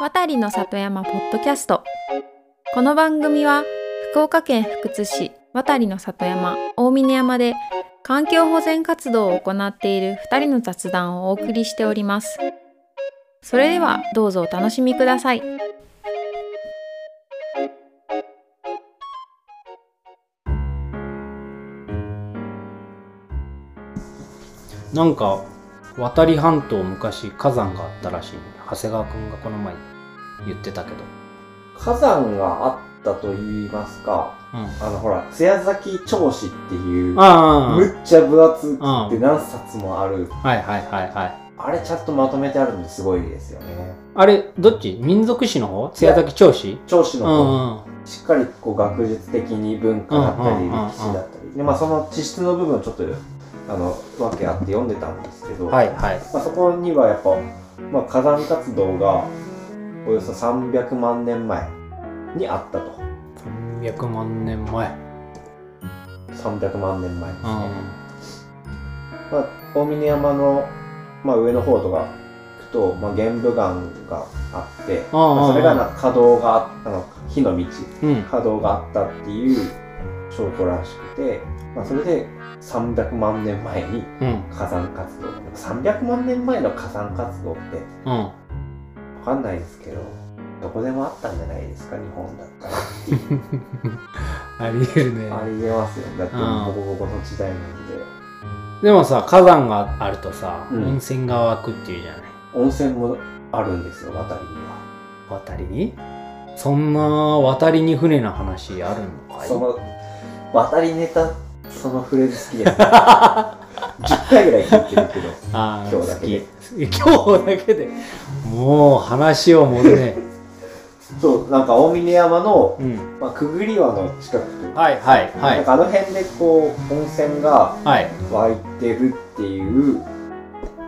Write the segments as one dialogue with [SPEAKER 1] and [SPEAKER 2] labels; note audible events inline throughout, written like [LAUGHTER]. [SPEAKER 1] 渡りの里山ポッドキャストこの番組は福岡県福津市渡りの里山大峰山で環境保全活動を行っている2人の雑談をお送りしておりますそれではどうぞお楽しみください
[SPEAKER 2] なんか渡り半島昔火山があったらしいね長谷川君がこの前言ってたけど
[SPEAKER 3] 火山があったと言いますか、
[SPEAKER 2] うん
[SPEAKER 3] あのほら、艶崎長子っていう、
[SPEAKER 2] あ
[SPEAKER 3] むっちゃ分厚くて
[SPEAKER 2] うん
[SPEAKER 3] 何冊もある、
[SPEAKER 2] はいはいはいはい
[SPEAKER 3] あれちゃんとまとめてあるのすごいですよね。
[SPEAKER 2] あれどっち民族史の方艶崎長子
[SPEAKER 3] 長子
[SPEAKER 2] うん
[SPEAKER 3] の
[SPEAKER 2] う
[SPEAKER 3] 方、
[SPEAKER 2] ん
[SPEAKER 3] しっかりこう学術的に文化だったり、
[SPEAKER 2] うんうんうんうん
[SPEAKER 3] 歴史だったり、でまあ、その地質の部分をちょっと、あの、わけあって読んでたんですけど、
[SPEAKER 2] はいはい
[SPEAKER 3] まあ、そこにはやっぱ、まあ、火山活動がおよそ300万年前にあったと。
[SPEAKER 2] 300万年前
[SPEAKER 3] 300万年前です
[SPEAKER 2] う
[SPEAKER 3] ね。
[SPEAKER 2] ん
[SPEAKER 3] まあ、大峰山の、まあ、上の方とか行くと、まあ、玄武岩があって、
[SPEAKER 2] うん
[SPEAKER 3] まあそれがな可動がああの火の道
[SPEAKER 2] うん
[SPEAKER 3] 可動があったっていう証拠らしくて、まあ、それで300万年前に
[SPEAKER 2] うん
[SPEAKER 3] 火山活動300万年前の火山活動って
[SPEAKER 2] うん
[SPEAKER 3] わかんないですけどどこでもあったんじゃないですか日本だったら
[SPEAKER 2] ありえるね
[SPEAKER 3] ありえますよだって
[SPEAKER 2] うん
[SPEAKER 3] ボコボコの時代なんで
[SPEAKER 2] でもさ火山があるとさ、
[SPEAKER 3] うん
[SPEAKER 2] 温泉が湧くっていうじゃない
[SPEAKER 3] 温泉もあるんですよ渡りには。
[SPEAKER 2] 渡りにそんな渡りに船の話あるのかい
[SPEAKER 3] その渡りネタそのフレーズ好きです、 [LAUGHS] ね、10回ぐらい聞いてるけど
[SPEAKER 2] あー
[SPEAKER 3] 今日だけで
[SPEAKER 2] 好き今日だけでもう話を盛るね
[SPEAKER 3] そうなんか大峰山の、
[SPEAKER 2] [LAUGHS] うん
[SPEAKER 3] まあ、くぐり輪の近くとか,、
[SPEAKER 2] はいはいは
[SPEAKER 3] なん
[SPEAKER 2] い
[SPEAKER 3] かあの辺でこう温泉が
[SPEAKER 2] はい
[SPEAKER 3] 湧いてるっていう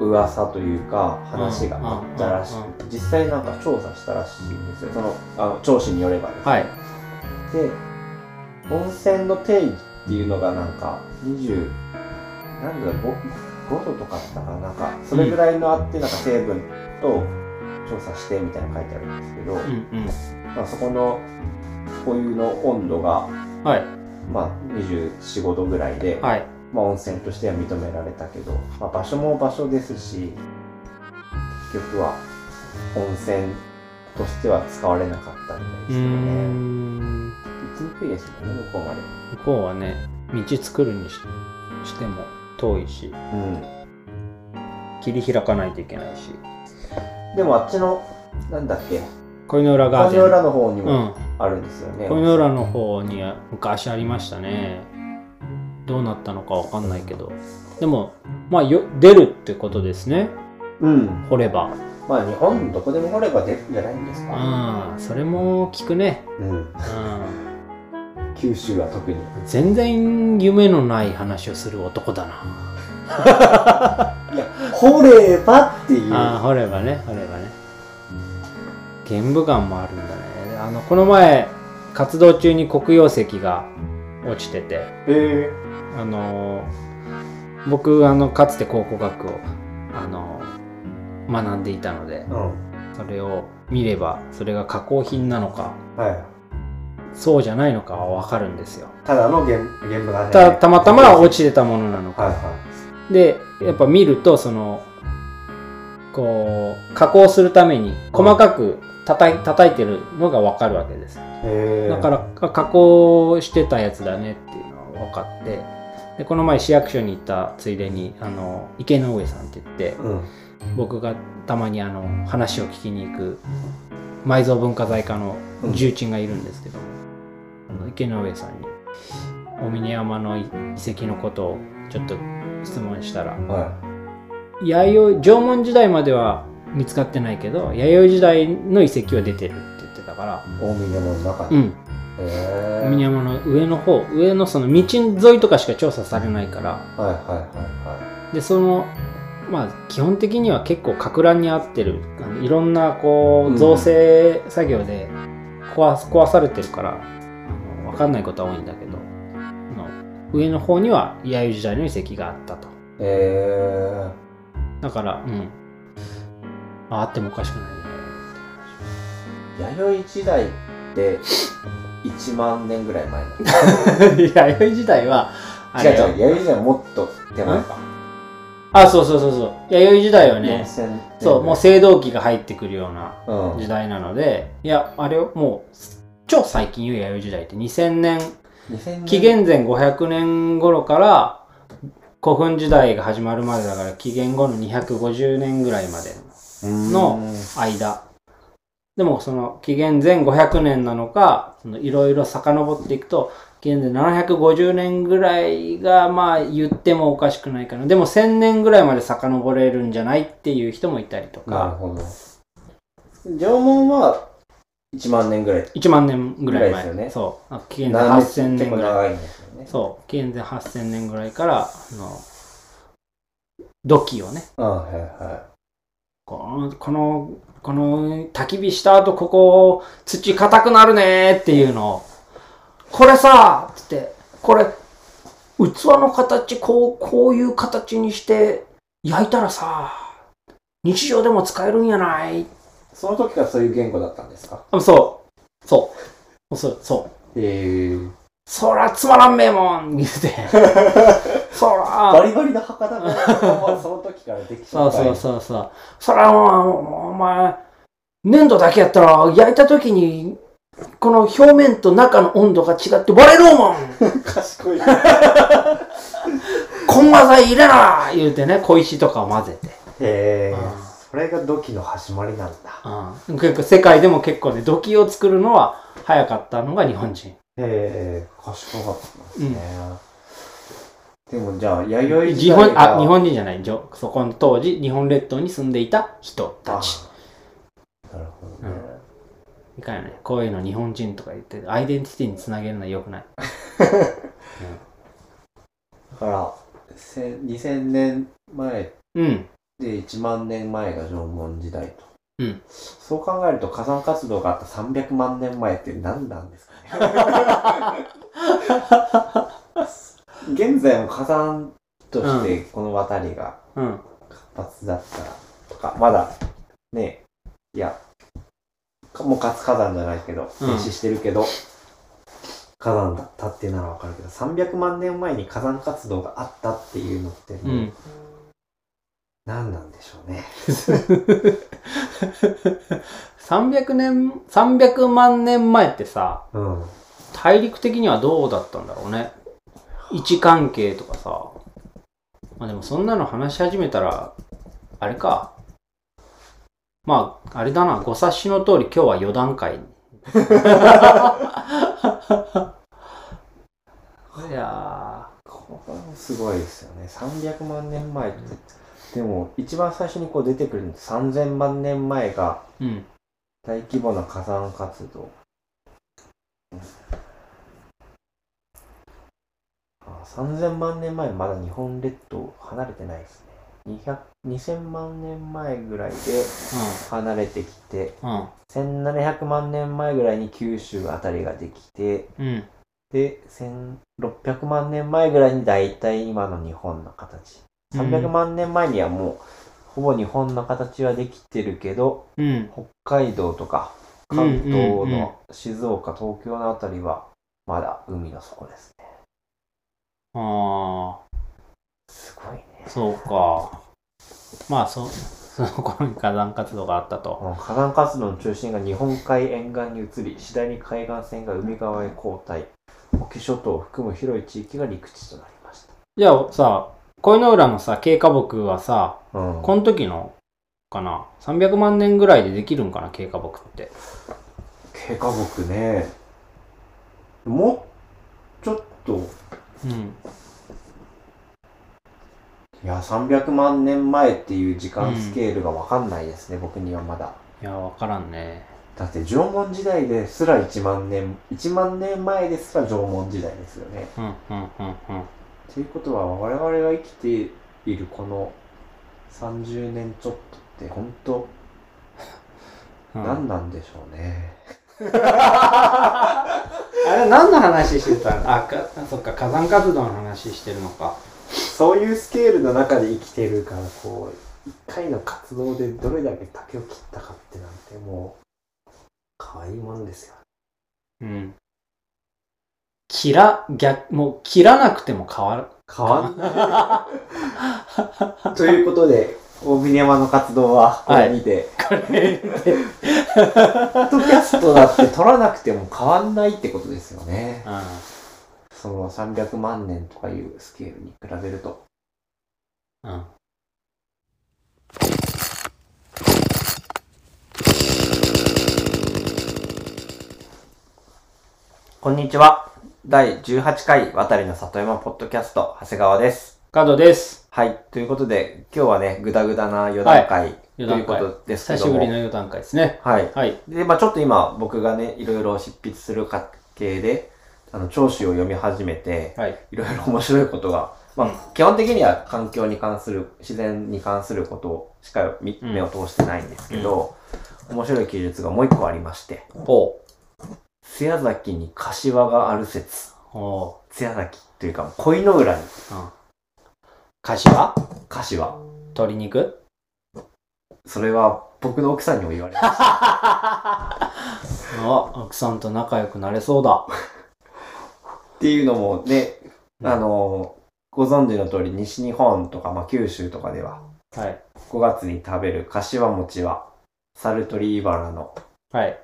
[SPEAKER 3] 噂というか話があったらし
[SPEAKER 2] うんうん
[SPEAKER 3] く実際なんか調査したらしいんですよそのあの調子によればですね、
[SPEAKER 2] はい
[SPEAKER 3] で温泉の定義っていうのがなんか20なんだろう 5, 5度とかだったかななんかそれぐらいのあってなんか成分と調査してみたいなの書いてあるんですけど、
[SPEAKER 2] うん
[SPEAKER 3] まあ、そこのお湯の温度が、
[SPEAKER 2] うんはい
[SPEAKER 3] まあ、245度ぐらいで、
[SPEAKER 2] はい
[SPEAKER 3] まあ、温泉としては認められたけど、まあ、場所も場所ですし結局は温泉としては使われなかったみたいうで
[SPEAKER 2] ーん向
[SPEAKER 3] すよね。行きにくいですよね向こうまで。
[SPEAKER 2] こうはね道作るにししても遠いし
[SPEAKER 3] うん
[SPEAKER 2] 切り開かないといけないし
[SPEAKER 3] でもあっちの、なんだっけ、
[SPEAKER 2] 恋の裏ガー
[SPEAKER 3] 川
[SPEAKER 2] デ
[SPEAKER 3] の裏
[SPEAKER 2] ン
[SPEAKER 3] の方に
[SPEAKER 2] う
[SPEAKER 3] も
[SPEAKER 2] ん
[SPEAKER 3] あるんですよね。
[SPEAKER 2] 恋の裏の方には昔ありましたねどうなったのかわかんないけどでもまあよ出るってことですね
[SPEAKER 3] うん。
[SPEAKER 2] 掘れば
[SPEAKER 3] まあ日本どこでも掘れば出るんじゃないんですか。
[SPEAKER 2] うんそれも聞くね
[SPEAKER 3] うん。
[SPEAKER 2] う
[SPEAKER 3] 九州は特に。
[SPEAKER 2] ん全然夢のない話をする男だな、
[SPEAKER 3] 掘ればっていう。
[SPEAKER 2] ああ掘ればね掘ればね玄武岩もあるんだねあのこの前活動中に黒曜石が落ちてて
[SPEAKER 3] え
[SPEAKER 2] あのー僕あのかつて考古学をあのー学んでいたので
[SPEAKER 3] えうん。
[SPEAKER 2] それを見ればそれが加工品なのか
[SPEAKER 3] はい。
[SPEAKER 2] そうじゃないのかは分かるんですよ
[SPEAKER 3] ただの現現場が
[SPEAKER 2] たたまたま落
[SPEAKER 3] ち
[SPEAKER 2] ちてたものなのか
[SPEAKER 3] はいは
[SPEAKER 2] でやっぱ見るとそのこう加工するために細かく叩い叩いてるのが分かるわけです
[SPEAKER 3] い。へえ
[SPEAKER 2] だからか加工してたやつだねっていうのは分かってでこの前市役所に行ったついでにあの池の上さんって言って
[SPEAKER 3] うん。
[SPEAKER 2] 僕がたまにあの話を聞きに行く埋蔵文化財課の重鎮がいるんですけども、あの池ノ上さんに大峰山の遺跡のことをちょっと質問したら
[SPEAKER 3] は
[SPEAKER 2] 弥生縄文時代までは見つかってないけど弥生時代の遺跡は出てるって言ってたから
[SPEAKER 3] い。大峰山の中
[SPEAKER 2] う
[SPEAKER 3] に。
[SPEAKER 2] ん
[SPEAKER 3] へえ
[SPEAKER 2] 大峰山の上の方上のその道沿いとかしか調査されないから
[SPEAKER 3] はいはいは
[SPEAKER 2] でそのまあ基本的には結構か乱に合ってるあのいろんなこ
[SPEAKER 3] う
[SPEAKER 2] うん造成作業で壊す壊されてるからあの分かんないことは多いんだけどあの上の方には弥生時代の遺跡があったと
[SPEAKER 3] いはい。へ
[SPEAKER 2] だからうんああってもおかしくないね
[SPEAKER 3] え弥生時代って1万年ぐらい前なの
[SPEAKER 2] [LAUGHS] 弥生時代はあれ
[SPEAKER 3] 違う違う弥生時代はもっと手前か
[SPEAKER 2] あそうそうそうそう弥生時代はね
[SPEAKER 3] 4000年
[SPEAKER 2] そうもう青銅器が入ってくるような
[SPEAKER 3] うん
[SPEAKER 2] 時代なのでいやあれをもう超最近言う弥生時代って2000年
[SPEAKER 3] 2000年
[SPEAKER 2] 紀元前500年頃から古墳時代が始まるまでだから紀元後の250年ぐらいまでのの
[SPEAKER 3] うん
[SPEAKER 2] 間でもその紀元前500年なのかいろいろ遡っていくと紀元前750年ぐらいがまあ言ってもおかしくないかなでも1000年ぐらいまで遡れるんじゃないっていう人もいたりと
[SPEAKER 3] なる
[SPEAKER 2] か
[SPEAKER 3] ほど縄文は1万年ぐらい
[SPEAKER 2] 1万年ぐらい
[SPEAKER 3] ぐら
[SPEAKER 2] 前
[SPEAKER 3] いですよね
[SPEAKER 2] そうあ紀元前8000年
[SPEAKER 3] 結構
[SPEAKER 2] ぐらい
[SPEAKER 3] 長いんですよね
[SPEAKER 2] そう紀元前8000年ぐらいからあの土器をね
[SPEAKER 3] うんはいは
[SPEAKER 2] この、この、この焚き火した後、ここ、土硬くなるねーっていうのを、これさつって、これ、器の形、こう、こういう形にして、焼いたらさ日常でも使えるんやない
[SPEAKER 3] いその時からそういう言語だったんですか
[SPEAKER 2] あそう。そう。そう、そう。
[SPEAKER 3] へえー、
[SPEAKER 2] そら、つまらんめえもん言うて。そら、
[SPEAKER 3] バリバリの博多がその時からできち
[SPEAKER 2] そ
[SPEAKER 3] ゃ
[SPEAKER 2] う
[SPEAKER 3] ったん
[SPEAKER 2] そ
[SPEAKER 3] や
[SPEAKER 2] うそうそう。それはもう、もうお前、粘土だけやったら、焼いた時に、この表面と中の温度が違って割れるもん
[SPEAKER 3] 賢い
[SPEAKER 2] こんまさ入れな言うてね、小石とかを混ぜて。
[SPEAKER 3] へえ
[SPEAKER 2] うん
[SPEAKER 3] それが土器の始まりなんだ
[SPEAKER 2] うん。結構、世界でも結構ね、土器を作るのは早かったのが日本人。
[SPEAKER 3] へえ賢かったんです
[SPEAKER 2] うん
[SPEAKER 3] ね、でもじゃあ弥生時
[SPEAKER 2] 日
[SPEAKER 3] 代
[SPEAKER 2] 本、
[SPEAKER 3] が
[SPEAKER 2] あ、日本人じゃない。じょそこの当時、日本列島に住んでいた人たち。
[SPEAKER 3] あなるほどね、
[SPEAKER 2] いかんよね。こういうの日本人とか言って、アイデンティティにつなげるのは良くない。
[SPEAKER 3] [LAUGHS] だからせ2000年前
[SPEAKER 2] [LAUGHS] うん。
[SPEAKER 3] で1万年前が縄文時代と、
[SPEAKER 2] うん
[SPEAKER 3] そう考えると火山活動があった300万年前って何なんですかね [LAUGHS] 現在も火山としてこの渡りが
[SPEAKER 2] うん。
[SPEAKER 3] 活発だったらとか、まだねいやかもう活火山じゃないけど
[SPEAKER 2] う
[SPEAKER 3] 停
[SPEAKER 2] ん
[SPEAKER 3] 止してるけど、火山だったっていうならわかるけど300万年前に火山活動があったっていうのって
[SPEAKER 2] う。
[SPEAKER 3] もうん何なんでしょうね、
[SPEAKER 2] 300年、300万年前ってさ、
[SPEAKER 3] うん
[SPEAKER 2] 大陸的にはどうだったんだろうね。位置関係とかさ。まあでもそんなの話し始めたら、あれか。まあ、あれだな、ご察しの通り今日は余談会。 [LAUGHS] いや
[SPEAKER 3] ここもすごいですよね300万年前って、でも一番最初にこう出てくるのって3000万年前が
[SPEAKER 2] ー、うん。
[SPEAKER 3] 大規模な火山活動あ3000万年前まだ日本列島離れてないですね200 2000万年前ぐらいで離れてきて
[SPEAKER 2] うん。うん。
[SPEAKER 3] 1700万年前ぐらいに九州あたりができて
[SPEAKER 2] うん。
[SPEAKER 3] で1600万年前ぐらいに大体今の日本の形300万年前にはもうほぼ日本の形はできてるけど
[SPEAKER 2] うん。
[SPEAKER 3] 北海道とか関東の静岡、東京のあたりはまだ海の底ですね。
[SPEAKER 2] ああ。
[SPEAKER 3] すごいね。
[SPEAKER 2] そうか。まあ、そ、 [LAUGHS] その頃に火山活動があったと。
[SPEAKER 3] うん火山活動の中心が日本海沿岸に移り、次第に海岸線が海側へ後退。沖諸島を含む広い地域が陸地となりまし
[SPEAKER 2] じゃあさ、恋の浦のさ、経過木はさ、
[SPEAKER 3] た。うん。
[SPEAKER 2] この時の、かな、300万年ぐらいでできるんかな、経過木って。
[SPEAKER 3] 経過木ね。もう、ちょっと、
[SPEAKER 2] うん。
[SPEAKER 3] いや、300万年前っていう時間スケールがわかんないですね、僕にはまだ。
[SPEAKER 2] いや、わからんね。
[SPEAKER 3] だって縄文時代ですら1万年1万年前ですら縄文時代ですよね。
[SPEAKER 2] うん、うん、うん、うん。
[SPEAKER 3] ということは我々が生きているこの30年ちょっとって本当
[SPEAKER 2] うん
[SPEAKER 3] 何なんでしょうね。
[SPEAKER 2] あれ何の話してたのあかそっか火山活動の話してるのか
[SPEAKER 3] そういうスケールの中で生きてるからこう一回の活動でどれだけ竹を切ったかってなんてもう考
[SPEAKER 4] 可愛いもんですよ。
[SPEAKER 2] うん。切ら、逆、もう切らなくても変わる。
[SPEAKER 4] 変わ
[SPEAKER 3] [LAUGHS] ということで、大峰山の活動は、これにて、 [LAUGHS] ポッドキャストだって撮らなくても変わんないってことですよね。
[SPEAKER 2] う
[SPEAKER 3] その300万年とかいうスケールに比べると。
[SPEAKER 2] ん。うん。
[SPEAKER 3] こんにちは。第18回、渡りの里山ポッドキャスト、長谷川です。
[SPEAKER 2] カードです。
[SPEAKER 3] はい。ということで、今日はね、ぐだぐだな4段階、と
[SPEAKER 2] 四
[SPEAKER 3] いう
[SPEAKER 2] 段
[SPEAKER 3] こ
[SPEAKER 2] 階
[SPEAKER 3] とですけ
[SPEAKER 2] 久し
[SPEAKER 3] ども。
[SPEAKER 2] ぶりの4段階ですね。
[SPEAKER 3] はい。
[SPEAKER 2] はい。
[SPEAKER 3] で、まあちょっと今、僕がね、いろいろ執筆する関係で、あの、聴取を読み始めて、
[SPEAKER 2] はい。
[SPEAKER 3] いろいろ面白いことが、まあ、基本的には環境に関する、自然に関することしかみ
[SPEAKER 2] うん
[SPEAKER 3] 目を通してないんですけど、面白い記述がもう一個ありまして、
[SPEAKER 2] ほ
[SPEAKER 3] 津屋崎に柏がある説
[SPEAKER 2] う。。ほ
[SPEAKER 3] 津屋崎というか、恋の浦に
[SPEAKER 2] う。うん。柏
[SPEAKER 3] 柏。
[SPEAKER 2] 鶏肉 [LAUGHS]
[SPEAKER 3] それは僕の奥さんにも言われました。
[SPEAKER 2] あ、奥さんと仲良くなれそうだ。
[SPEAKER 3] っていうのもね、
[SPEAKER 2] うん
[SPEAKER 3] あの、ご存知の通り西日本とか、まあ九州とかでは、
[SPEAKER 2] はい。
[SPEAKER 3] 5月に食べる柏餅は、サルトリーバラの、
[SPEAKER 2] はい。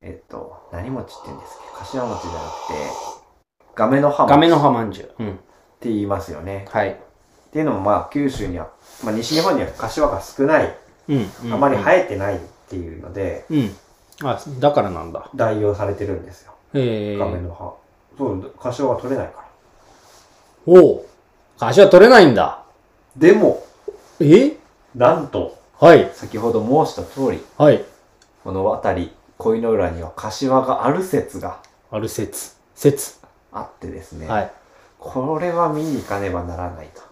[SPEAKER 3] えっと、何餅って言うんですっけ柏餅じゃなくて、ガメの葉餅
[SPEAKER 2] 画面の
[SPEAKER 3] っ
[SPEAKER 2] 葉まんじゅう。うん。
[SPEAKER 3] て言いますよね。
[SPEAKER 2] はい。
[SPEAKER 3] っていうのもまあ九州には、まあ西日本には柏が少ない、
[SPEAKER 2] うん。
[SPEAKER 3] あまり
[SPEAKER 2] い。
[SPEAKER 3] 生えてないっていうので、
[SPEAKER 2] うん。あ、だからなんだ。
[SPEAKER 3] 代用されてるんですよ。
[SPEAKER 2] え
[SPEAKER 3] ガメ
[SPEAKER 2] ー。
[SPEAKER 3] の葉。そう、柏が取れないから。
[SPEAKER 2] おう。柏取れないんだ。
[SPEAKER 3] でも、
[SPEAKER 2] え
[SPEAKER 3] なんと、
[SPEAKER 2] はい。
[SPEAKER 3] 先ほど申した通り、
[SPEAKER 2] はい。
[SPEAKER 3] この辺り、恋の浦には柏がある説が
[SPEAKER 2] ある説。説。
[SPEAKER 3] あってですね、
[SPEAKER 2] はい。
[SPEAKER 3] これは見に行かねばならないと。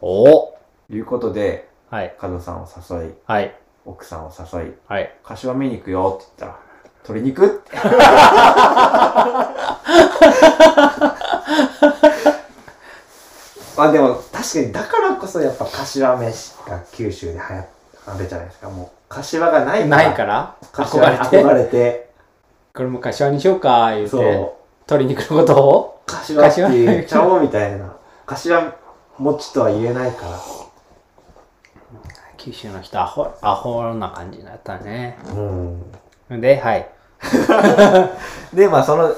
[SPEAKER 2] おお。
[SPEAKER 3] いうことで、
[SPEAKER 2] はい。
[SPEAKER 3] カドさんを誘い、
[SPEAKER 2] はい。
[SPEAKER 3] 奥さんを誘い、
[SPEAKER 2] はい。
[SPEAKER 3] 柏見に行くよって言ったら、鶏肉って。 [LAUGHS] まあでも確かにだからこそやっぱ柏飯が九州で流行あるじゃないですか。もう柏がないから。
[SPEAKER 2] ないから
[SPEAKER 3] 柏
[SPEAKER 2] [LAUGHS]
[SPEAKER 3] に
[SPEAKER 2] 憧れて
[SPEAKER 3] 憧れて。
[SPEAKER 2] これも柏にしようか、言うて。
[SPEAKER 3] そう。
[SPEAKER 2] 鶏肉のことを
[SPEAKER 3] 柏って言っちゃおうみたいな。柏餅とは言えないから。
[SPEAKER 2] 九州の人、アホ、アホな感じになったね。
[SPEAKER 3] うん。
[SPEAKER 2] で、はい。
[SPEAKER 3] でまあその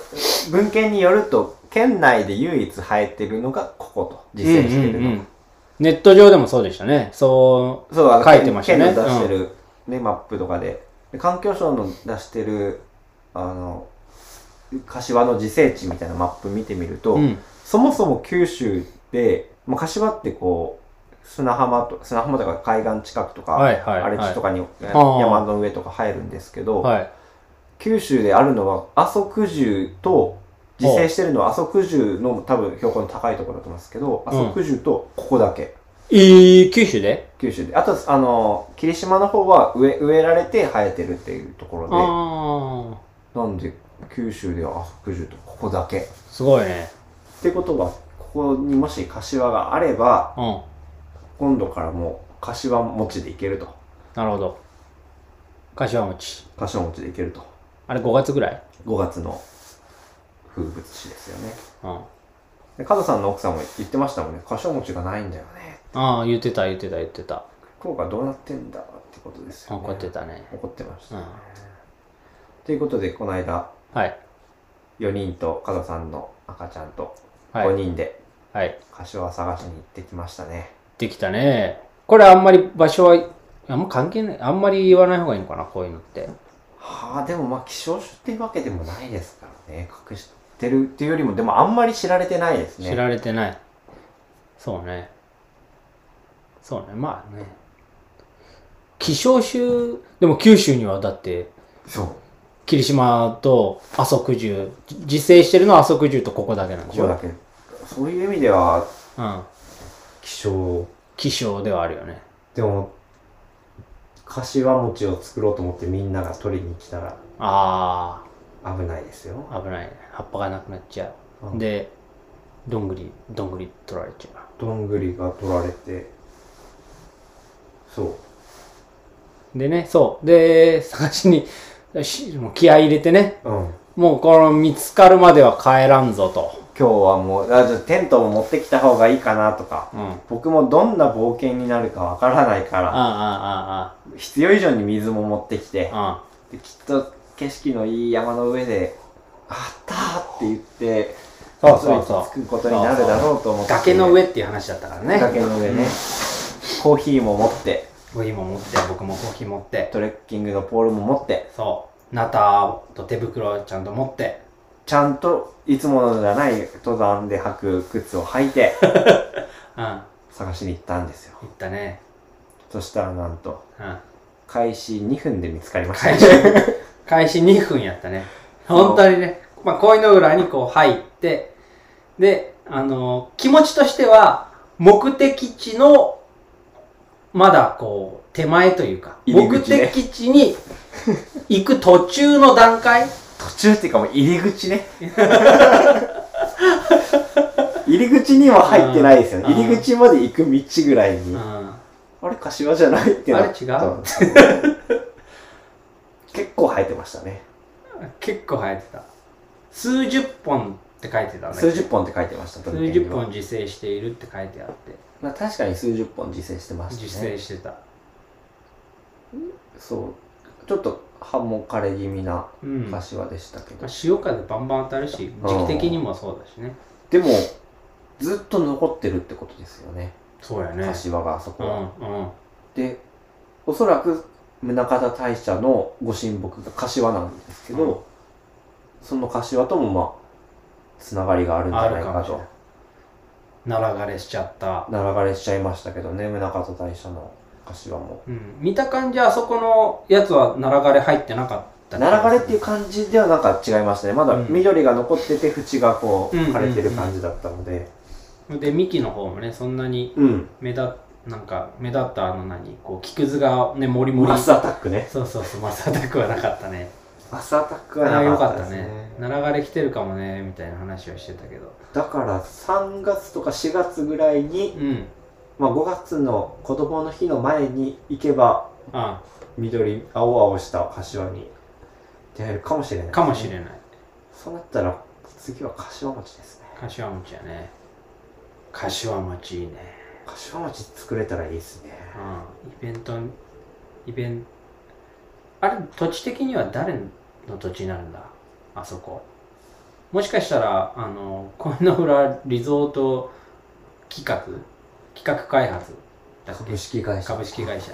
[SPEAKER 3] 文献によると県内で唯一生えてるのがここと実践してるの、
[SPEAKER 2] うんうんうんネット上でもそうでしたね。そ
[SPEAKER 3] そうあの
[SPEAKER 2] 書いてましたね
[SPEAKER 3] 県の出してる、ねマップとかでで環境省の出してるあの柏の自生地みたいなマップ見てみると、
[SPEAKER 2] う。うん。
[SPEAKER 3] そもそも九州で、まあ、柏ってこう砂浜と砂浜とか海岸近くとか、
[SPEAKER 2] はいはい。
[SPEAKER 3] 荒れ地と
[SPEAKER 2] か。
[SPEAKER 3] かに、
[SPEAKER 2] ー
[SPEAKER 3] 山の上とか生えるんですけど、
[SPEAKER 2] はい。
[SPEAKER 3] 九州であるのは阿蘇九十と自生してるのは阿蘇九十の多分標高の高いところだと思うんですけど
[SPEAKER 2] ん
[SPEAKER 3] 阿蘇九十とここだけ、
[SPEAKER 2] えー、九州で
[SPEAKER 3] 九州であとあの霧島の方は植え植えられて生えてるっていうとこ
[SPEAKER 2] あ
[SPEAKER 3] ろ
[SPEAKER 2] あ。
[SPEAKER 3] でなんで九州では阿蘇九十とここだけっ
[SPEAKER 2] すごいね。
[SPEAKER 3] てことはここにもし柏があれば
[SPEAKER 2] うん。
[SPEAKER 3] 今度からもう柏餅でいけると
[SPEAKER 2] なるほど。柏餅。
[SPEAKER 3] 柏餅でいけると
[SPEAKER 2] あれ5月ぐらい
[SPEAKER 3] 5月の風物詩ですよね
[SPEAKER 2] うん。
[SPEAKER 3] で加藤さんの奥さんも言ってましたもんね柏餅がないんだよね
[SPEAKER 2] ああ、言ってた言ってた言ってた。
[SPEAKER 3] 福岡どうなってんだってことですよ、ね、
[SPEAKER 2] 怒ってたね。
[SPEAKER 3] 怒ってました、
[SPEAKER 2] うん
[SPEAKER 3] ということでこの間
[SPEAKER 2] はい。
[SPEAKER 3] 4人と加藤さんの赤ちゃんと
[SPEAKER 2] はい
[SPEAKER 3] 5人で
[SPEAKER 2] はい。
[SPEAKER 3] 柏探しに行ってきましたね、
[SPEAKER 2] できたね。これあんまり場所は、あんま関係ない。あんまり言わない方がいいのかな、こういうのって。
[SPEAKER 3] はあでもまあ希少種っていうわけでもないですからね隠してるっていうよりもでもあんまり知られてないですね
[SPEAKER 2] 知られてない。そうね。そうね。まあね。希少種、でも九州にはだって、
[SPEAKER 3] そう
[SPEAKER 2] 霧島と阿蘇九十、じ自生してるのは阿蘇九十とここだけなんで
[SPEAKER 3] こ
[SPEAKER 2] し
[SPEAKER 3] こだ
[SPEAKER 2] ょ。
[SPEAKER 3] けそういう意味では
[SPEAKER 2] うん。
[SPEAKER 3] 希少
[SPEAKER 2] 希少ではあるよね。
[SPEAKER 3] でも柏餅を作ろうと思ってみんなが取りに来たら
[SPEAKER 2] あ
[SPEAKER 3] 危ないですよ
[SPEAKER 2] あ、危ないね。葉っぱがなくなっちゃ
[SPEAKER 3] う
[SPEAKER 2] う。
[SPEAKER 3] ん
[SPEAKER 2] で、どんぐり、どんぐり取られちゃう。
[SPEAKER 3] どんぐりが取られてそう
[SPEAKER 2] でね、そう。で、探しに、らしもう気合い入れてね、
[SPEAKER 3] うん。
[SPEAKER 2] もうこの見つかるまでは帰らんぞと。
[SPEAKER 3] 今日はもう、あじゃあテントも持ってきた方がいいかなとか、
[SPEAKER 2] うん。ああ、
[SPEAKER 3] 僕もどんな冒険になるかわからないから、
[SPEAKER 2] あ
[SPEAKER 3] 必要以上に水も持ってき
[SPEAKER 2] あ、あ
[SPEAKER 3] て
[SPEAKER 2] あ、、あ
[SPEAKER 3] できっと景色のいい山の上で、あったーって言って、
[SPEAKER 2] あ。そうそうそう。
[SPEAKER 3] つくことになるだろうと思って。
[SPEAKER 2] 崖の上っていう話だったからね。
[SPEAKER 3] 崖の上ね。コーヒーも持って、
[SPEAKER 2] コーヒーも持って、僕もコーヒー持って、
[SPEAKER 3] トレッキングのポールも持って、
[SPEAKER 2] そう、ナタと手袋ちゃんと持って、
[SPEAKER 3] ちゃんといつものじゃない登山で履く靴を履いて
[SPEAKER 2] うん、行
[SPEAKER 3] 探しに行ったんですよ。
[SPEAKER 2] ったね。
[SPEAKER 3] そしたらなんと、
[SPEAKER 2] うん。
[SPEAKER 3] 開始2分で見つかりまし
[SPEAKER 2] 開 [LAUGHS]
[SPEAKER 3] た。[LAUGHS]
[SPEAKER 2] 始、開始2分やったね。本当にね、まあ、恋の裏にこう入って、で、あの気持ちとしては、目的地の、まだこう、手前というか、
[SPEAKER 3] 入り
[SPEAKER 2] 目
[SPEAKER 3] 口ね
[SPEAKER 2] 的地に行く途中の段階
[SPEAKER 3] 途中っていうかもう入り口ね。入り口にも入ってないですよね。
[SPEAKER 2] うん
[SPEAKER 3] 入り口まで行く道ぐらいに。
[SPEAKER 2] うん。
[SPEAKER 3] あ
[SPEAKER 2] あ
[SPEAKER 3] れ、柏じゃないって
[SPEAKER 2] れ
[SPEAKER 3] な
[SPEAKER 2] 違
[SPEAKER 3] っ
[SPEAKER 2] う
[SPEAKER 3] 結構生えてましたね。
[SPEAKER 2] 結構生えてた。数十本って書いてたね。
[SPEAKER 3] 数十本って書いてました、
[SPEAKER 2] 数十本自生しているって書いてあって
[SPEAKER 3] まあ、確かに数十本自生してま
[SPEAKER 2] 自
[SPEAKER 3] したね
[SPEAKER 2] 生してた、
[SPEAKER 3] そうちょっと葉も枯れ気味な
[SPEAKER 2] うん、まあ
[SPEAKER 3] 柏でしたけど、
[SPEAKER 2] 潮風バンバン当たるし時期的にもそうだしね
[SPEAKER 3] でもずっと残ってるってことですよね
[SPEAKER 2] そうやね
[SPEAKER 3] 柏があそこ
[SPEAKER 2] うん
[SPEAKER 3] は、
[SPEAKER 2] うん
[SPEAKER 3] でおそらく宗像大社のご神木が柏なんですけど、
[SPEAKER 2] うん
[SPEAKER 3] その柏ともまあつながりがあるんじゃない
[SPEAKER 2] あ
[SPEAKER 3] か
[SPEAKER 2] るかも
[SPEAKER 3] と
[SPEAKER 2] し奈良枯れしちゃった、
[SPEAKER 3] 流れしちゃいましたけどね宗像大社の柏も
[SPEAKER 2] うん、見た感じあそこのやつは奈良枯れ入ってなかった
[SPEAKER 3] 奈良枯れっていう感じではなんか違いましたねまだ
[SPEAKER 2] うん
[SPEAKER 3] 緑が残ってて縁がこう
[SPEAKER 2] うん
[SPEAKER 3] 枯れてる感じだったので
[SPEAKER 2] で幹の方もねそんなに
[SPEAKER 3] うん
[SPEAKER 2] 目立なんか目立ったあの何こう木くずがねもりもり
[SPEAKER 3] マスアタックね。
[SPEAKER 2] そうそうそうマスアタックはなかったね
[SPEAKER 3] マスアタック
[SPEAKER 2] あれは
[SPEAKER 3] は
[SPEAKER 2] 良
[SPEAKER 3] なか
[SPEAKER 2] か
[SPEAKER 3] っ
[SPEAKER 2] ったた
[SPEAKER 3] です
[SPEAKER 2] ね
[SPEAKER 3] ね。
[SPEAKER 2] 奈良枯れ来てるかもねみたいな話をしてたけど
[SPEAKER 3] だから3月とか4月ぐらいに、
[SPEAKER 2] うん
[SPEAKER 3] まあ、5月の子供の日の前に行けば
[SPEAKER 2] あ
[SPEAKER 3] 緑青々した柏に出会えるかもしれない、
[SPEAKER 2] かもしれない
[SPEAKER 3] そうなったら次は柏餅ですね
[SPEAKER 2] 柏餅やね柏餅いいね
[SPEAKER 3] 柏餅作れたらいいですね
[SPEAKER 2] うんイベントイベンあれ土地的には誰の土地になるんだあそこもしかしたらあのこの裏リゾート企画企画開発だっけ
[SPEAKER 3] 株式会社
[SPEAKER 2] 株式会社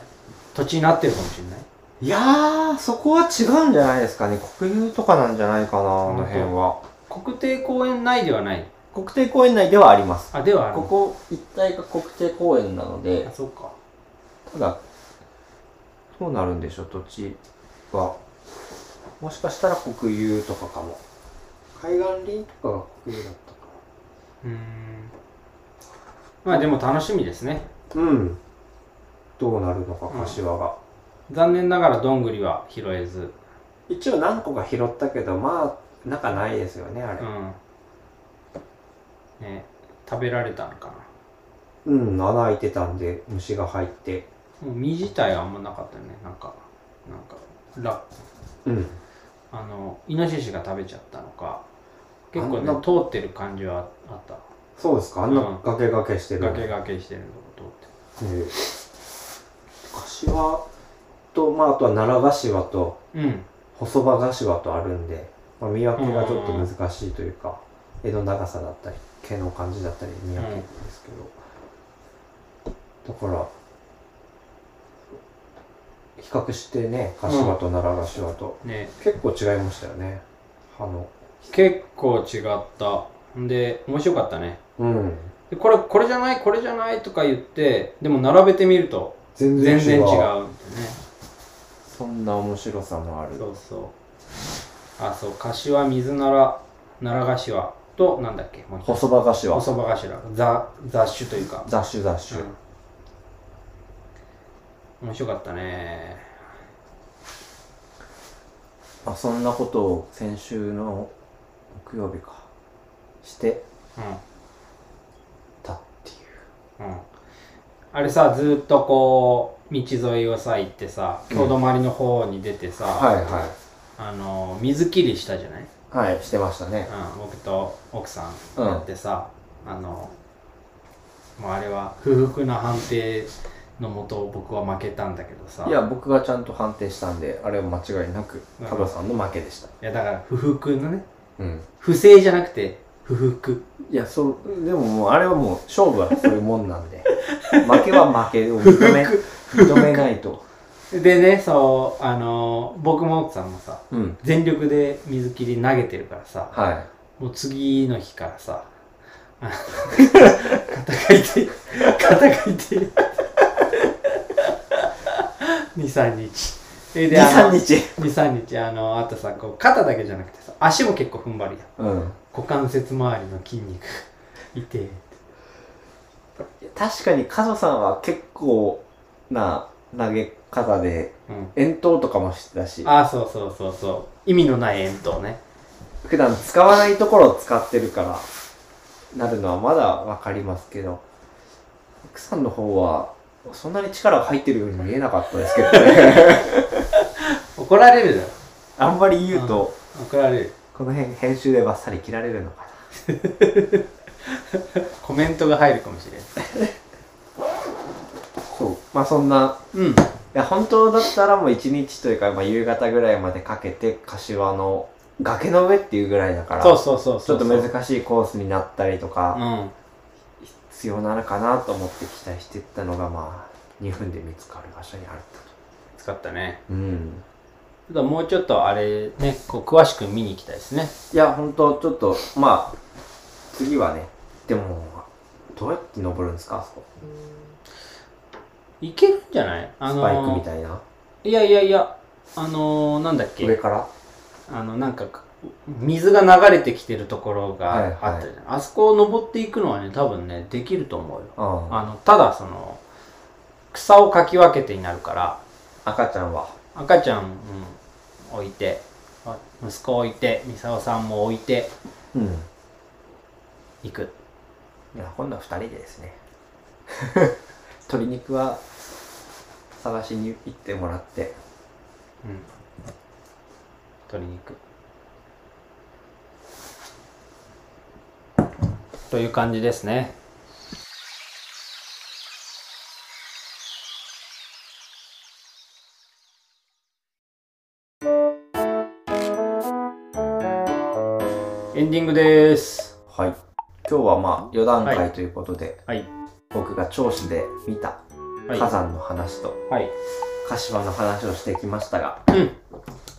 [SPEAKER 2] 土地になってるかもしれない
[SPEAKER 3] いやーそこは違うんじゃないですかね国有とかなんじゃないかなあの辺は
[SPEAKER 2] 国定公園内ではない
[SPEAKER 3] 国定公園内ではあります
[SPEAKER 2] あではある
[SPEAKER 3] ここ一帯が国定公園なので
[SPEAKER 2] あそうか
[SPEAKER 3] ただ、どうなるんでしょう、土地は。もしかしたら国有とかかも。海岸林とかが国有だったか
[SPEAKER 2] うーんまあでも楽しみですね
[SPEAKER 3] な。うん。どうなるのか、柏が。
[SPEAKER 2] 残念ながらどんぐりは拾えず、
[SPEAKER 3] 一応何個か拾ったけど、まあ、中ないですよね、あれ
[SPEAKER 2] う。んね、食べられたのか
[SPEAKER 3] うん、穴開いてたんで、虫が入って。
[SPEAKER 2] なもう実自体はあんまなかったよねなんかなんかラ
[SPEAKER 3] うん。
[SPEAKER 2] あのイノシシが食べちゃったのか結構
[SPEAKER 3] あん
[SPEAKER 2] ね
[SPEAKER 3] な
[SPEAKER 2] 通ってる感じはあった
[SPEAKER 3] そうですか、あん
[SPEAKER 2] うん
[SPEAKER 3] な崖崖してるの。
[SPEAKER 2] 崖がけしてるのを通って
[SPEAKER 3] ええ柏と、まあ、あとは奈良柏と、
[SPEAKER 2] うん
[SPEAKER 3] 細葉柏とあるんで、まあ、見分けがちょっと難しいというか、絵の長さだったり毛の感じだったり見分けるんですけど、だから比較してね柏と奈良柏と、
[SPEAKER 2] ね
[SPEAKER 3] 結構違いましたよね葉の
[SPEAKER 2] 結構違ったんで面白かったね
[SPEAKER 3] うん
[SPEAKER 2] でこれこれじゃないこれじゃないとか言ってでも並べてみると
[SPEAKER 3] 全
[SPEAKER 2] 全然違うんだ
[SPEAKER 3] う
[SPEAKER 2] よね
[SPEAKER 3] そんな面白さもある
[SPEAKER 2] そうそう。あ、そう、柏、水なら、奈良柏と、なんだっけ、もう一つ
[SPEAKER 3] 細葉柏
[SPEAKER 2] 細葉頭、ザ、雑種というか。
[SPEAKER 3] 雑種雑種、
[SPEAKER 2] うん、面白かったね。
[SPEAKER 3] あそんなことを先週の木曜日かしてたってい
[SPEAKER 2] う
[SPEAKER 3] う
[SPEAKER 2] ん。うん。あれさ、ずーっとこう、道沿いをさ、行ってさ、
[SPEAKER 3] うん
[SPEAKER 2] 京泊まりの方に出てさ、
[SPEAKER 3] はいはい
[SPEAKER 2] あの水切りしたじゃない、
[SPEAKER 3] はい、してましたね。
[SPEAKER 2] うん、僕と奥さん
[SPEAKER 3] うん
[SPEAKER 2] やってさ、あのもうあれは不服な判定のもと僕は負けたんだけどさ
[SPEAKER 3] いや、僕がちゃんと判定したんで、あれは間違いなく
[SPEAKER 2] うん、
[SPEAKER 3] カブラさんの負けでした。
[SPEAKER 2] いやだから不服のね
[SPEAKER 3] うん。
[SPEAKER 2] 不正じゃなくて不服
[SPEAKER 3] いや、そう、でももう、あれはもう、勝負はそういうもんなん [LAUGHS] で、負けは負けを認め、認めないと。
[SPEAKER 2] でねそうあの僕も奥さんもさ
[SPEAKER 3] うん。
[SPEAKER 2] 全力で水切り投げてるからさ、
[SPEAKER 3] は
[SPEAKER 2] もう次の日からさ、あの肩が痛い、 [LAUGHS] 肩が痛い。2、3日。それ
[SPEAKER 3] い。
[SPEAKER 2] で、あの、2、
[SPEAKER 3] 日。
[SPEAKER 2] 3日、あの、あとさ、こう、肩だけじゃなくてさ、足も結構踏ん張るやん。
[SPEAKER 3] うん。
[SPEAKER 2] 股関節周りの筋肉、 [LAUGHS] 痛え。
[SPEAKER 3] 確かに、カゾさんは結構な投げ方で、
[SPEAKER 2] うん。
[SPEAKER 3] 遠投とかもしてたし、
[SPEAKER 2] ああ、そうそうそうそう。意味のない遠投ね。
[SPEAKER 3] 普段使わないところを使ってるから、なるのはまだわかりますけど、奥さんの方は、そんなに力が入ってるように見えなかったですけど
[SPEAKER 2] [LAUGHS]
[SPEAKER 3] ね。
[SPEAKER 2] 怒られるだろ。
[SPEAKER 3] あんまり言うと、
[SPEAKER 2] 怒られる。
[SPEAKER 3] この辺編集でバッサリ切られるのかな。
[SPEAKER 2] コメントが入るかもしれん。
[SPEAKER 3] そう。まあそんな、
[SPEAKER 2] うん。
[SPEAKER 3] いや本当だったらもう一日というか、まあ夕方ぐらいまでかけて、柏の崖の上っていうぐらいだから、
[SPEAKER 2] そうそうそうそう。
[SPEAKER 3] ちょっと難しいコースになったりとか、
[SPEAKER 2] うん。
[SPEAKER 3] 必要なのかなと思って期待してったのがまあ2分で見つかる場所にある
[SPEAKER 2] 使ったね。
[SPEAKER 3] とうん
[SPEAKER 2] ちょっともうちょっとあれね、こう詳しく見に行きたいですね。
[SPEAKER 3] いや本当ちょっとまあ次はねでもどうやって登るんですかあそこ
[SPEAKER 2] いけるんじゃないあ
[SPEAKER 3] ス
[SPEAKER 2] の
[SPEAKER 3] パイクみたいな、
[SPEAKER 2] いやいやいや、あのー、なんだっ
[SPEAKER 3] 上
[SPEAKER 2] け、
[SPEAKER 3] から
[SPEAKER 2] あの、なんか、水が流れてきてるところ
[SPEAKER 3] はいはい
[SPEAKER 2] があったじゃん、あそこを登っていくのはね、多分ね、できると思うよ。
[SPEAKER 3] うん
[SPEAKER 2] あの、ただ、その、草をかき分けてになるから、
[SPEAKER 3] 赤ちゃんは
[SPEAKER 2] 赤ちゃん、うん、置いて、あ息子置いて、ミサオさんも置いて
[SPEAKER 3] うんい
[SPEAKER 2] いく。
[SPEAKER 3] や今度は2人でです
[SPEAKER 2] [LAUGHS]
[SPEAKER 3] ね鶏肉は探しに行ってもらって
[SPEAKER 2] うん。鶏肉。という感じですね。エンディングです。
[SPEAKER 3] はい今日はまあ4段
[SPEAKER 2] は
[SPEAKER 3] 階ということで、
[SPEAKER 2] はい。
[SPEAKER 3] 僕が聴取で見た
[SPEAKER 2] はい。
[SPEAKER 3] 火山の話と
[SPEAKER 2] はい。
[SPEAKER 3] 柏の話をしてきましたが、
[SPEAKER 2] うん。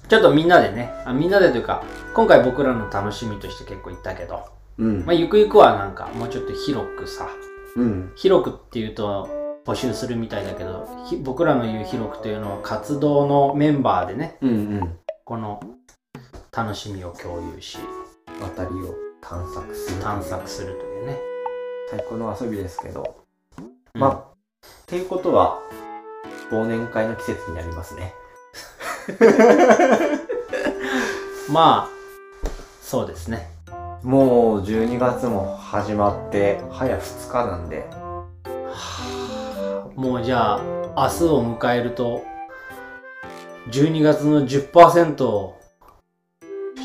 [SPEAKER 2] ちょっとみんなでね、あみんなでというか、今回僕らの楽しみとして結構言ったけど、
[SPEAKER 3] うん
[SPEAKER 2] まあ、ゆくゆくはなんか、もうちょっと広くさ、
[SPEAKER 3] うん。
[SPEAKER 2] 広くっていうと募集するみたいだけどひ僕らの言う広くというのは活動のメンバーでね
[SPEAKER 3] うんうん。
[SPEAKER 2] この楽しみを共有し
[SPEAKER 3] 渡りを探索する。
[SPEAKER 2] 探索するというね、
[SPEAKER 3] 最高の遊びですけど。
[SPEAKER 2] うん
[SPEAKER 3] まあ、っていうことは、忘年会の季節になりますね。
[SPEAKER 2] まあそうですね
[SPEAKER 3] もう12月も始まって、早2日なんで。
[SPEAKER 2] もうじゃあ明日を迎えると12月の10%を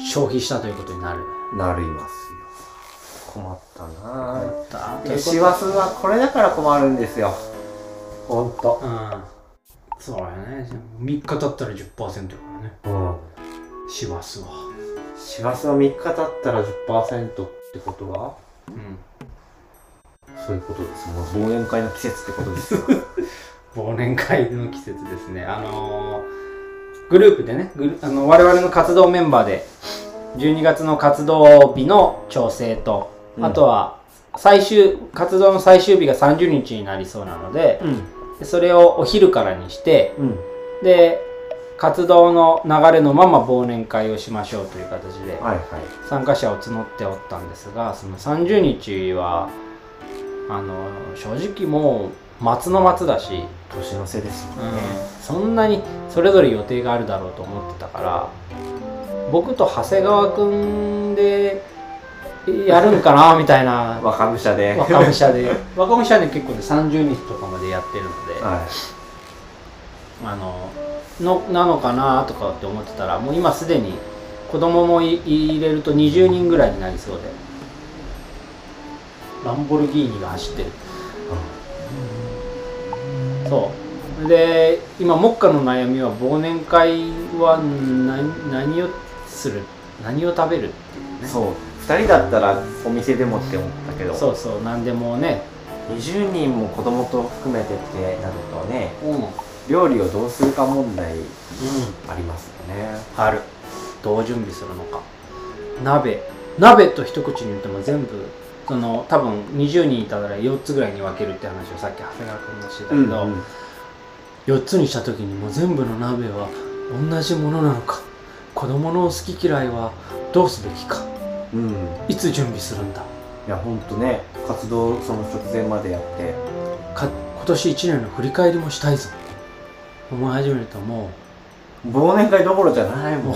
[SPEAKER 2] 消費したということになる
[SPEAKER 3] なりますよ。困ったな
[SPEAKER 2] だ
[SPEAKER 3] ぁ。
[SPEAKER 2] ということ
[SPEAKER 3] 師走はこれだから困るんですよ。ほんと。
[SPEAKER 2] うんそうだよね3日経ったら10%だからね
[SPEAKER 3] うん。
[SPEAKER 2] 師走は
[SPEAKER 3] 師走は3日経ったら10%ってことは
[SPEAKER 2] うん
[SPEAKER 3] そういうことです。もう忘年会の季節ってことですよ。
[SPEAKER 2] 忘年会の季節ですねあのーグループでねグルあの我々の活動メンバーで12月の活動日の調整と、
[SPEAKER 3] うん
[SPEAKER 2] あとは最終活動の最終日が30日になりそうなので
[SPEAKER 3] [LAUGHS] うん。
[SPEAKER 2] でそれをお昼からにして
[SPEAKER 3] うん。
[SPEAKER 2] で活動の流れのまま忘年会をしましょうという形で
[SPEAKER 3] はいはい。
[SPEAKER 2] 参加者を募っておったんですがその30日はあの正直もう松の松だし
[SPEAKER 3] 年の瀬ですもんね。
[SPEAKER 2] そんなにそれぞれ予定があるだろうと思ってたから僕と長谷川くんでやるんかなみたいな
[SPEAKER 3] [LAUGHS] 若武者で。
[SPEAKER 2] 若武者で若武者で結構ね30日とかまでやってるので
[SPEAKER 3] は
[SPEAKER 2] あののなのかなとかって思ってたらもう今すでに子供もい入れると20人ぐらいになりそうでランボルギーニが走ってるそうで今目下の悩みは忘年会は何何をする何を食べるっていうね
[SPEAKER 3] そう2人だったらお店でもって思ったけど
[SPEAKER 2] そうそう何でもね
[SPEAKER 3] 20人も子供と含めてってなるとね
[SPEAKER 2] うん、うん、
[SPEAKER 3] 料理をどうするか問題ありますよね
[SPEAKER 2] あるどう準備するのか鍋鍋と一口に言っても全部その多分20人いたら4つぐらいに分けるって話をさっき長谷川君もしてたけど、4つにした時にもう全部の鍋は同じものなのか子供の好き嫌いはどうすべきか
[SPEAKER 3] うん、うん、
[SPEAKER 2] いつ準備するんだ
[SPEAKER 3] いやほんとね活動その直前までやって
[SPEAKER 2] か今年1年の振り返りもしたいぞ思い始めるとも
[SPEAKER 3] 忘年会どころじゃない
[SPEAKER 2] [LAUGHS]
[SPEAKER 3] もん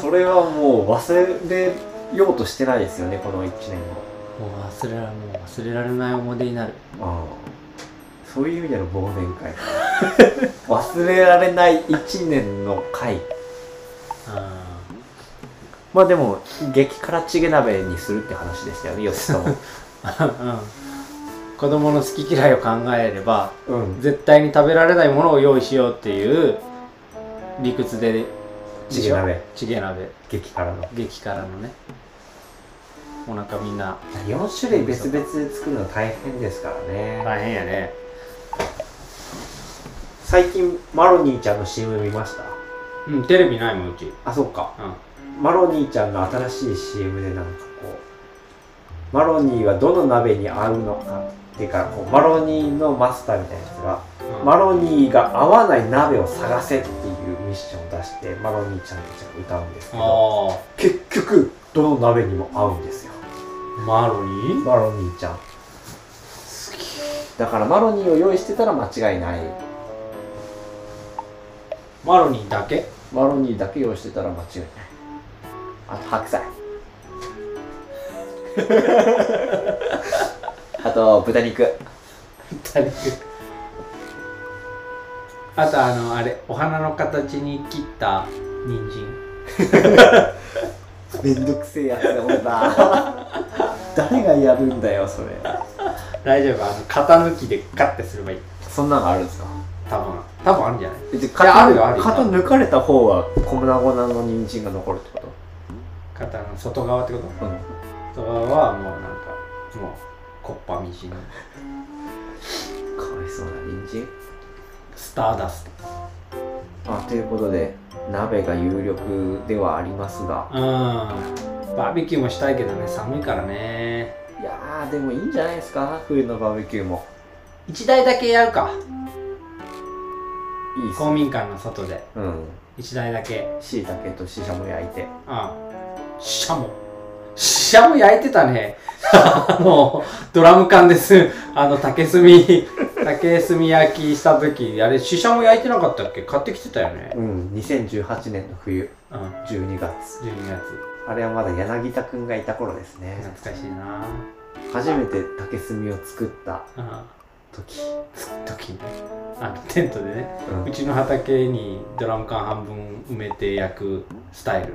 [SPEAKER 3] それはもう忘れようとしてないですよねこの1年
[SPEAKER 2] うもう忘れらもう忘れられない思い出になる
[SPEAKER 3] をそういう意味での忘年会 [LAUGHS] 忘れられない1年の会
[SPEAKER 2] あー
[SPEAKER 3] まあでも激辛チゲ鍋にするって話でしたよね4つとも
[SPEAKER 2] うん子供の好き嫌いを考えれば
[SPEAKER 3] [LAUGHS] うん
[SPEAKER 2] 絶対に食べられないものを用意しようっていう理屈で
[SPEAKER 3] チゲ鍋
[SPEAKER 2] チゲ鍋
[SPEAKER 3] 激辛の
[SPEAKER 2] 激辛のねお腹みんな
[SPEAKER 3] 4種類別々で作るの大変ですからね、
[SPEAKER 2] 大変やね
[SPEAKER 3] 最近マロニーちゃんの CM 見ました
[SPEAKER 2] うんテレビないもんうちうん
[SPEAKER 3] あそうかマロニーちゃんの新しい CM でなんかこうマロニーはどの鍋に合うのかっていうかこうマロニーのマスターみたいな人がマロニーが合わない鍋を探せっていうミッションを出してマロニーちゃんたちが歌うんですけど
[SPEAKER 2] あ
[SPEAKER 3] 結局どの鍋にも合うんですよ
[SPEAKER 2] あマロニー
[SPEAKER 3] マロニーちゃん好きだからマロニーを用意してたら間違いない
[SPEAKER 2] マロニーだけ
[SPEAKER 3] マロニーだけ用意してたら間違いないあと白 [LAUGHS] 菜あと豚肉
[SPEAKER 2] あとあのあれお花の形に切った人参
[SPEAKER 3] めんどくせえやつだもんな [LAUGHS] 誰がやるんだよそれ
[SPEAKER 2] 大丈夫あの型抜きでカッてすればいい
[SPEAKER 3] そんなのあるんですか
[SPEAKER 2] 多分多分あるんじゃない
[SPEAKER 3] えじゃ
[SPEAKER 2] いやあるよあるよ
[SPEAKER 3] 型抜かれた方は粉々の人参が残るってこ
[SPEAKER 2] 型の外側ってこと
[SPEAKER 3] とうん
[SPEAKER 2] 外側はもうなんかもうコッパみじん
[SPEAKER 3] かわいそうな人参
[SPEAKER 2] スターダスト
[SPEAKER 3] まあということで鍋が有力ではありますが
[SPEAKER 2] うんバーベキューもしたいけどね寒いからね
[SPEAKER 3] いやーでもいいんじゃないですか冬のバーベキューも
[SPEAKER 2] 一台だけやるか
[SPEAKER 3] いいっす
[SPEAKER 2] 公民館の外で
[SPEAKER 3] うん
[SPEAKER 2] 一台だけ
[SPEAKER 3] しいたけとししゃも焼いて
[SPEAKER 2] ああシャモシャモ焼いてたね [LAUGHS] あのドラム缶ですあの竹炭竹炭焼きした時あれシシャモ焼いてなかったっけ買ってきてたよね
[SPEAKER 3] うん2018年の冬
[SPEAKER 2] うん12
[SPEAKER 3] 12月
[SPEAKER 2] 月
[SPEAKER 3] あれはまだ柳田くんがいた頃ですね
[SPEAKER 2] 懐かしいな
[SPEAKER 3] 初めて竹炭を作った
[SPEAKER 2] あ
[SPEAKER 3] 時、
[SPEAKER 2] あ時ねあのテントでね
[SPEAKER 3] う
[SPEAKER 2] う
[SPEAKER 3] ん
[SPEAKER 2] ちの畑にドラム缶半分埋めて焼くスタイル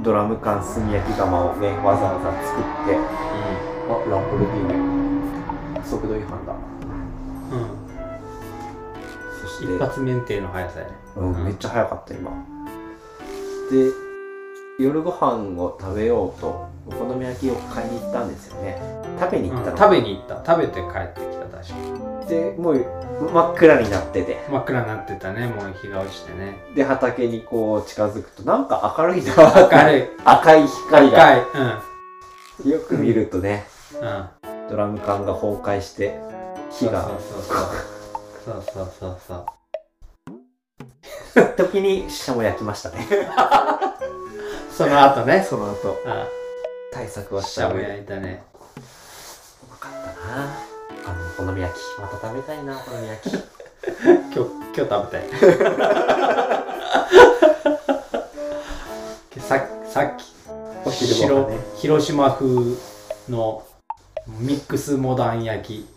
[SPEAKER 3] ドラム缶炭焼き窯をねわざわざ作って
[SPEAKER 2] う
[SPEAKER 3] あランボルギーニ速度違反だ
[SPEAKER 2] ん、うん、
[SPEAKER 3] そして
[SPEAKER 2] 一発免停の速さやね
[SPEAKER 3] うん、めっちゃ早かった今で夜ご飯を食べようとお好み焼きを買いに行ったんですよね食べに行った
[SPEAKER 2] うん
[SPEAKER 3] の、
[SPEAKER 2] 食べに行った食べて帰ってきた確か
[SPEAKER 3] でもう真っ暗になってて
[SPEAKER 2] 真っ暗になってたねもう日が落ちてね
[SPEAKER 3] で畑にこう近づくとなんか明るいな
[SPEAKER 2] 明るい
[SPEAKER 3] [LAUGHS] 赤い光
[SPEAKER 2] 深
[SPEAKER 3] が
[SPEAKER 2] いうん
[SPEAKER 3] よく見るとね
[SPEAKER 2] うん
[SPEAKER 3] ドラム缶が崩壊して火
[SPEAKER 2] そう
[SPEAKER 3] が
[SPEAKER 2] そうそうそうそうそうそう
[SPEAKER 3] 時にししゃも焼きましたね
[SPEAKER 2] その後ね
[SPEAKER 3] その後
[SPEAKER 2] あ
[SPEAKER 3] 対策はし
[SPEAKER 2] したゃ
[SPEAKER 3] 上
[SPEAKER 2] も
[SPEAKER 3] で
[SPEAKER 2] 焼いたね
[SPEAKER 3] うまかったなあのお好み焼きまた食べたいなお好み焼き
[SPEAKER 2] 今日今日食べたいささっき
[SPEAKER 3] [LAUGHS] お昼ご飯ね
[SPEAKER 2] 広広島風のミックスモダン焼き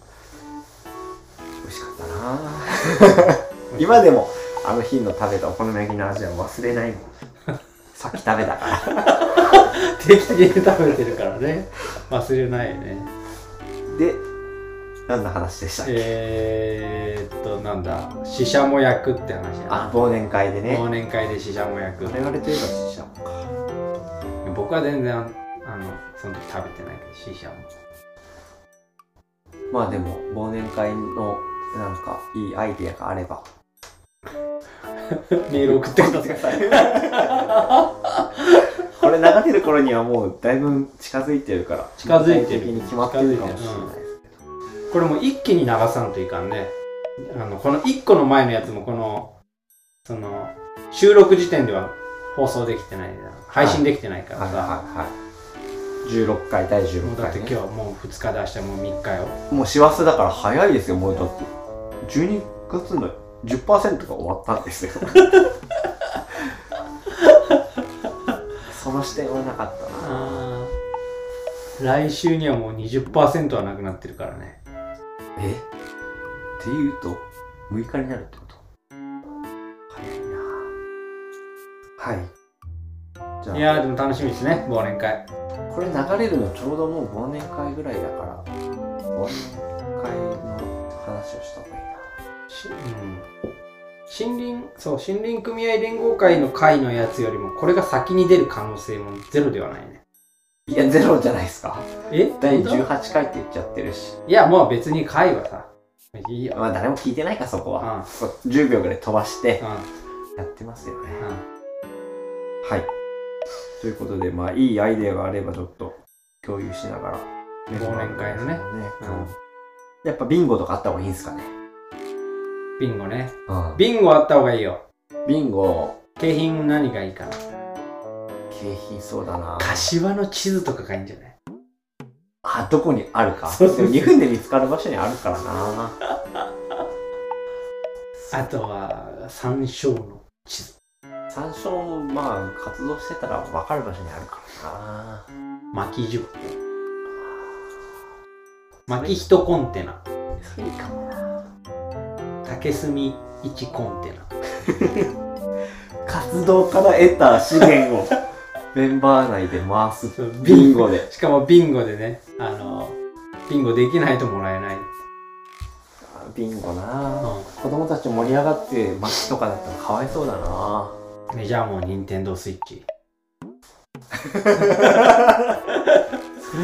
[SPEAKER 3] 美味しかったな [LAUGHS] 今でもあの日の食べたお好み焼きの味は忘れないもんさっき食べた [LAUGHS] から
[SPEAKER 2] 定期的に食べてるからね忘れないよね
[SPEAKER 3] で何の話でしたっけ、
[SPEAKER 2] えー、っとなんだ死者も焼くって話
[SPEAKER 3] あ
[SPEAKER 2] だ
[SPEAKER 3] 忘年会で
[SPEAKER 2] な
[SPEAKER 3] ね
[SPEAKER 2] 忘年会で死者も焼く
[SPEAKER 3] 我々といえば死者か
[SPEAKER 2] 僕は全然あのその時食べてないけど死者
[SPEAKER 3] [LAUGHS]
[SPEAKER 2] も
[SPEAKER 3] まあでも忘年会のなんかいいアイディアがあれば
[SPEAKER 2] メール送ってください
[SPEAKER 3] ださいこれ流れる頃にはもうだいぶ近づいてるから
[SPEAKER 2] 近づいてる
[SPEAKER 3] 具体的に決まってるかもしれないですけど、
[SPEAKER 2] これもう一気に流さんといかんねあのこの1個の前のやつもこのその収録時点では放送できてないじゃん配信できてないから
[SPEAKER 3] はい
[SPEAKER 2] さ、
[SPEAKER 3] はいはい16回第
[SPEAKER 2] も
[SPEAKER 3] 16
[SPEAKER 2] うだって今
[SPEAKER 3] 回、ね、
[SPEAKER 2] 日はもう2日で明日もう3日よ
[SPEAKER 3] もう師走だから早いですよもうだって12月の10%が終わったんですよ
[SPEAKER 2] [LAUGHS]
[SPEAKER 3] その視点はなかったな
[SPEAKER 2] あー来週にはもう20%はなくなってるからね
[SPEAKER 3] えっていうと6日になるってこと早いなはいじゃあ
[SPEAKER 2] いやーでも楽しみですね忘年会
[SPEAKER 3] これ流れるのちょうどもう忘年会ぐらいだから忘年会の話をした方がいいな
[SPEAKER 2] しうん、森林そう森林組合連合会の会のやつよりもこれが先に出る可能性もゼロではないね
[SPEAKER 3] いやゼロじゃないですか
[SPEAKER 2] え
[SPEAKER 3] 第
[SPEAKER 2] 本当
[SPEAKER 3] 18回って言っちゃってるし
[SPEAKER 2] いやもう別に会はさいいよ、
[SPEAKER 3] まあ誰も聞いてないかそこは、
[SPEAKER 2] う
[SPEAKER 3] そう10秒ぐらい飛ばして
[SPEAKER 2] んうん
[SPEAKER 3] やってますよね
[SPEAKER 2] うん
[SPEAKER 3] はいということでまあいいアイデアがあればちょっと共有しながら
[SPEAKER 2] 忘年会のねうん
[SPEAKER 3] やっぱビンゴとかあった方がいいんですかね、
[SPEAKER 2] ビンゴね
[SPEAKER 3] うん、
[SPEAKER 2] ビンゴあった方がいいよ
[SPEAKER 3] ビンゴ
[SPEAKER 2] 景品何がいいかな
[SPEAKER 3] 景品そうだな
[SPEAKER 2] 柏の地図とかがいいんじゃない
[SPEAKER 3] あどこにあるか
[SPEAKER 2] そうそうそう
[SPEAKER 3] でも2分で見つかる場所にあるからな
[SPEAKER 2] あとは山椒の地図
[SPEAKER 3] 山椒もまあ活動してたら分かる場所にあるからな
[SPEAKER 2] 巻き十個巻き一コンテナ
[SPEAKER 3] それいいかもな
[SPEAKER 2] 竹炭一コンテナ
[SPEAKER 3] 活動から得た資源を [LAUGHS] メンバー内で回す
[SPEAKER 2] そう
[SPEAKER 3] ビンゴで
[SPEAKER 2] [LAUGHS] しかもビンゴでねあのビンゴできないともらえない、
[SPEAKER 3] あビンゴな子供たち盛り上がって街とかだったらかわいそうだな
[SPEAKER 2] メジャーも任天堂スイッチ
[SPEAKER 3] それ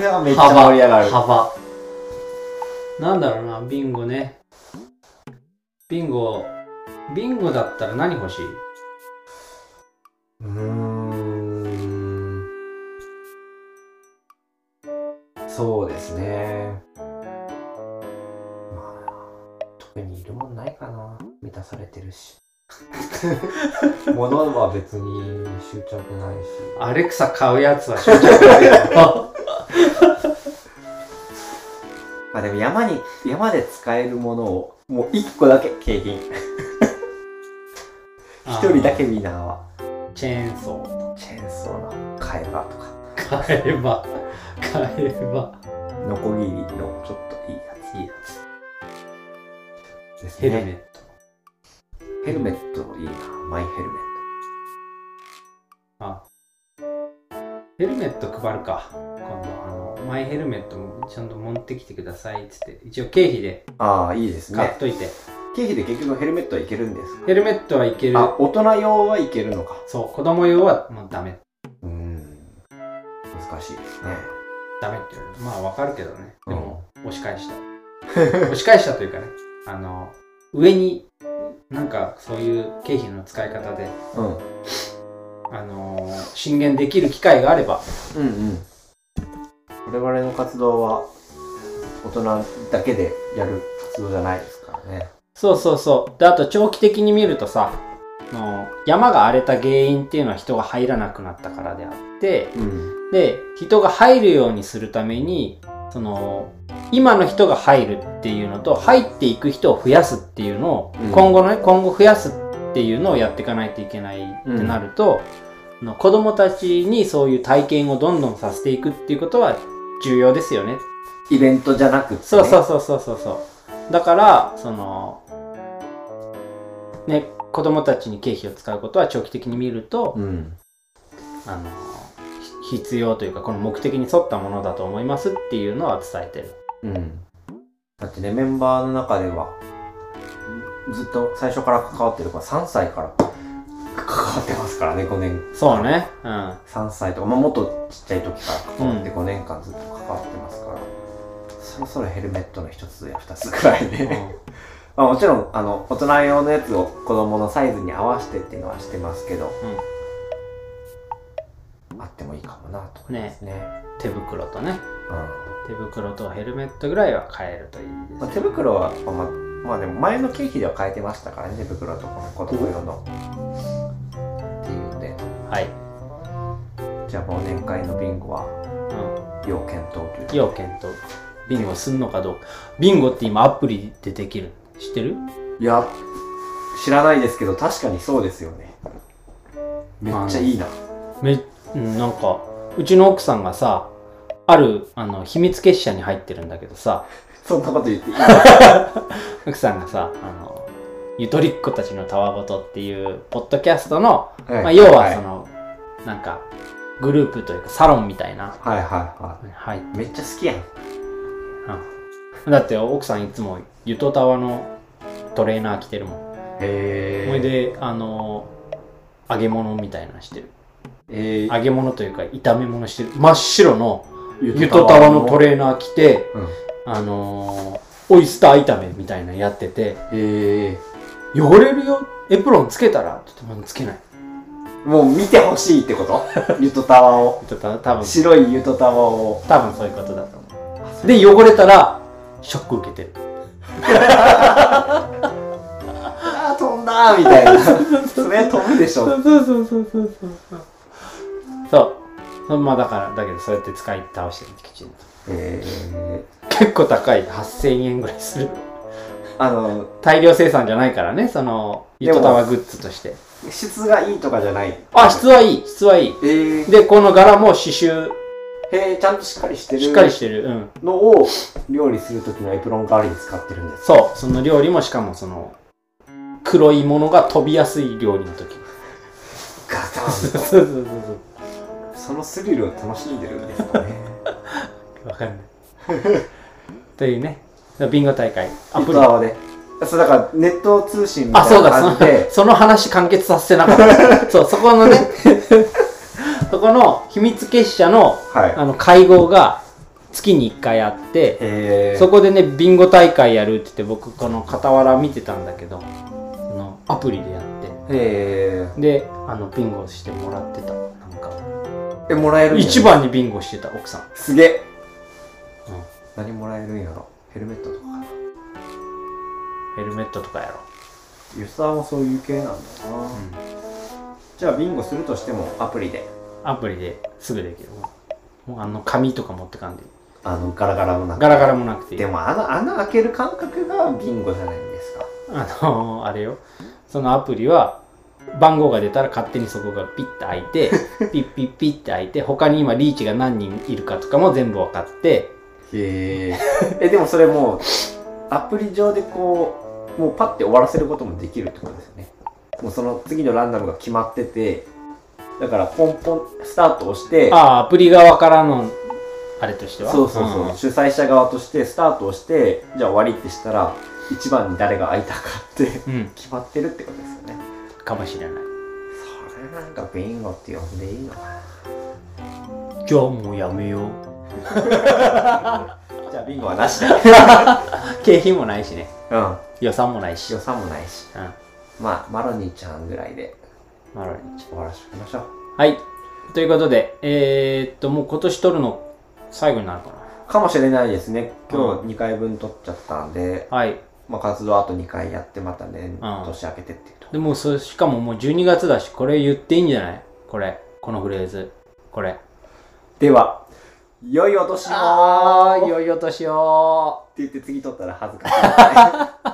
[SPEAKER 3] はめっちゃ盛り上がる
[SPEAKER 2] 幅なんだろうなビンゴねビンゴビンゴだったら何欲しいう
[SPEAKER 3] ーんそうですねまあ特にいるもんないかな満たされてる [LAUGHS] し物は別に執着ないし
[SPEAKER 2] アレクサ買うやつは正
[SPEAKER 3] [LAUGHS]
[SPEAKER 2] 直
[SPEAKER 3] まあでも山に山で使えるものをもう1個だけ景品1人だけウィナーは
[SPEAKER 2] チェーンソー
[SPEAKER 3] チェーンソーの買えばとか
[SPEAKER 2] 買えば買えば
[SPEAKER 3] ノコギリのちょっといい
[SPEAKER 2] い
[SPEAKER 3] や
[SPEAKER 2] いやつ
[SPEAKER 3] つです
[SPEAKER 2] ヘ
[SPEAKER 3] ね
[SPEAKER 2] ルメット、
[SPEAKER 3] ヘルメットもいいなマイヘルメット
[SPEAKER 2] あヘルメット配るか今度あのマイヘルメットもちゃんと持ってきてくださいっつって一応経費で
[SPEAKER 3] ああ、いいです
[SPEAKER 2] 買っ
[SPEAKER 3] ね。
[SPEAKER 2] といて、
[SPEAKER 3] 経費で結局ヘルメットはいけるんですか
[SPEAKER 2] ヘルメットはいける
[SPEAKER 3] あ、大人用はいけるのか。
[SPEAKER 2] そう子供用はもうダメ
[SPEAKER 3] うーん。難しいですね。
[SPEAKER 2] ダメって言われるまあわかるけどね
[SPEAKER 3] うん
[SPEAKER 2] でも、押し返した押し返したというかねあの上になんかそういう経費の使い方で
[SPEAKER 3] うん。
[SPEAKER 2] あのー進言できる機会があれば
[SPEAKER 3] うんうん。我々の活動は、大人だけでやる活動じゃないですからね。
[SPEAKER 2] そうそうそうであと長期的に見るとさあの山が荒れた原因っていうのは人が入らなくなったからであって
[SPEAKER 3] うん。
[SPEAKER 2] で人が入るようにするためにその今の人が入るっていうのと入っていく人を増やすっていうのを、
[SPEAKER 3] うん
[SPEAKER 2] 今後のね今後増やすっていうのをやっていかないといけないってなると、あの子供たちにそういう体験をどんどんさせていくっていうことは重要ですよね
[SPEAKER 3] イベントじゃなくて、ね。
[SPEAKER 2] そうそうそうそうそうそうだからそのね、子供たちに経費を使うことは長期的に見ると、
[SPEAKER 3] うん
[SPEAKER 2] あのひ必要というかこの目的に沿ったものだと思いますっていうのは伝えてる
[SPEAKER 3] うんだってねメンバーの中ではずっと最初から関わってる子は3歳から関わってますからね5年
[SPEAKER 2] そうねうん
[SPEAKER 3] 3歳とか、まあ、もっとちっちゃい時から関わって
[SPEAKER 2] う
[SPEAKER 3] 5年間ずっと関わってますから、そろそろヘルメットの1つや2つくらいで、 [LAUGHS] まあ、もちろんあの大人用のやつを子供のサイズに合わせてっていうのはしてますけど、あってもいいかもなと思いますね
[SPEAKER 2] 手袋とね
[SPEAKER 3] うん
[SPEAKER 2] 手袋とヘルメットぐらいは買えるといいです
[SPEAKER 3] まあ、手袋は、まあ、まあでも前の経費では変えてましたからね手袋とか子供用の、っていうので
[SPEAKER 2] はい、
[SPEAKER 3] じゃあ忘年会のビンゴは
[SPEAKER 2] う、
[SPEAKER 3] 要検討という
[SPEAKER 2] 要
[SPEAKER 3] ん
[SPEAKER 2] 検討ビンゴすんのかどうかビンゴって今アプリでできる知ってる
[SPEAKER 3] いや、知らないですけど、確かにそうですよね。めっちゃいいな。
[SPEAKER 2] めうんなんかうちの奥さんがさあるあの秘密結社に入ってるんだけどさ
[SPEAKER 3] そんなこと言っていい
[SPEAKER 2] [LAUGHS] 奥さんがさあのゆとりっ子たちのたわごとっていうポッドキャストの、まあ、要はその、なんかグループというかサロンみたいな
[SPEAKER 3] はいはいは
[SPEAKER 2] はい
[SPEAKER 3] い。めっちゃ好きやん。
[SPEAKER 2] だって奥さん [LAUGHS] いつもゆとたわのトレーナー着てるもん
[SPEAKER 3] え
[SPEAKER 2] ほい。であの揚げ物みたいなのしてる
[SPEAKER 3] えー、
[SPEAKER 2] 揚げ物というか炒め物してる真っ白のゆ
[SPEAKER 3] ゆ
[SPEAKER 2] とたわのトレーナー着て、
[SPEAKER 3] うん
[SPEAKER 2] あのーオイスター炒めみたいなのやってて
[SPEAKER 3] え
[SPEAKER 2] 汚れるよエプロンつけたらちょっともうつけない
[SPEAKER 3] ー、もう見てほしいってこと [LAUGHS] ゆとたわを。
[SPEAKER 2] ゆとたわ多分
[SPEAKER 3] 白いゆとたわを。
[SPEAKER 2] 多分そういうことだと思うで汚れたらショック受けてる
[SPEAKER 3] あー、飛んだーみたいな。
[SPEAKER 2] [LAUGHS]
[SPEAKER 3] それは飛ぶでしょ。
[SPEAKER 2] うそうそうそうそうそうそうそまあだからだけどそうやって使い倒してるきちんと
[SPEAKER 3] えー、
[SPEAKER 2] 結構高い8000円ぐらいする
[SPEAKER 3] あの、
[SPEAKER 2] 大量生産じゃないからねその
[SPEAKER 3] でも
[SPEAKER 2] ゆとたわグッズとして
[SPEAKER 3] 質がいいとかじゃない。
[SPEAKER 2] あ質はいい質はいい
[SPEAKER 3] えー、
[SPEAKER 2] でこの柄も刺繍
[SPEAKER 3] へえちゃんとしっかりしてる。
[SPEAKER 2] しっかりしてるうん
[SPEAKER 3] のを料理するときのエプロン代わりに使ってるんです
[SPEAKER 2] そうその料理もしかもその黒いものが飛びやすい料理の時
[SPEAKER 3] ガタ
[SPEAKER 2] [LAUGHS]
[SPEAKER 3] ン
[SPEAKER 2] そうそうそうそう
[SPEAKER 3] そのスリルを楽しんでるんですかね
[SPEAKER 2] わかんないというねビンゴ大会ア
[SPEAKER 3] ア
[SPEAKER 2] プ
[SPEAKER 3] プ
[SPEAKER 2] リ
[SPEAKER 3] リ側でそうだからネット通信み
[SPEAKER 2] あ
[SPEAKER 3] た
[SPEAKER 2] そ
[SPEAKER 3] いうな
[SPEAKER 2] だ
[SPEAKER 3] 感
[SPEAKER 2] そ
[SPEAKER 3] じ
[SPEAKER 2] の
[SPEAKER 3] で
[SPEAKER 2] その話完結させてなか
[SPEAKER 3] [LAUGHS]
[SPEAKER 2] ったそうそこのねそこの秘密結社の
[SPEAKER 3] はい
[SPEAKER 2] あの会合が月に1回あって
[SPEAKER 3] え
[SPEAKER 2] そこでね、ビンゴ大会やるって言って、僕、この傍ら見てたんだけど、あのアプリでやっ
[SPEAKER 3] え
[SPEAKER 2] て、で、あの、ビンゴしてもらってた。なんか、
[SPEAKER 3] えもらえるんや
[SPEAKER 2] 一番にビンゴしてた、奥さん。
[SPEAKER 3] すげえ
[SPEAKER 2] うん
[SPEAKER 3] 何もらえるんやろヘルメットとかかな
[SPEAKER 2] ヘルメットとかやろ。
[SPEAKER 3] ユスターもそういう系なんだな、じゃあビンゴするとしてもアプリで
[SPEAKER 2] アプリですぐできる。もうあの、紙とか持ってかんでいい。
[SPEAKER 3] あのガラガラの中
[SPEAKER 2] ガラガラもなくていい。
[SPEAKER 3] で
[SPEAKER 2] あ
[SPEAKER 3] もあの穴開ける感覚がビンゴじゃないんですか
[SPEAKER 2] のー、あれよ。そのアプリは、番号が出たら勝手にそこがピッて開い
[SPEAKER 3] [LAUGHS]
[SPEAKER 2] て、ピッピッピッて開いて、他に今リーチが何人いるかとかも全部分かって、
[SPEAKER 3] へー [LAUGHS] えでもそれもうアプリ上でこうもうパッて終わらせることもできるってことですよねもうその次のランダムが決まっててだからポンポンスタートをして
[SPEAKER 2] ああ、アプリ側からの、あれとしては
[SPEAKER 3] そうそうそう、
[SPEAKER 2] ん
[SPEAKER 3] 主催者側としてスタートをしてじゃあ終わりってしたら一番に誰が空いたかって
[SPEAKER 2] うん、
[SPEAKER 3] 決まってるってことですよね
[SPEAKER 2] かもしれない。
[SPEAKER 3] それなんかビンゴって呼んでいいのかな
[SPEAKER 2] じゃあもうやめよう。
[SPEAKER 3] じゃあビンゴはなしだ
[SPEAKER 2] 経費もないしね。
[SPEAKER 3] うん
[SPEAKER 2] 予算もないし。う
[SPEAKER 3] 予算もないし
[SPEAKER 2] ん。
[SPEAKER 3] まあマロニーちゃんぐらいで
[SPEAKER 2] まろに。
[SPEAKER 3] 終わらせておきましょう
[SPEAKER 2] はい。ということで、えー、っと、もう今年撮るの最後になるかな。
[SPEAKER 3] かもしれないですね今日2回分取っちゃったんで、
[SPEAKER 2] はい。
[SPEAKER 3] まあ、活動あと2回やってまたね、年明けてっていうと
[SPEAKER 2] でもそ、しかももう12月だし、これ言っていいんじゃないこれ。このフレーズ。これ。
[SPEAKER 3] では良いお年を
[SPEAKER 2] いよいよ年を。
[SPEAKER 3] って言って次取ったら恥ずかしい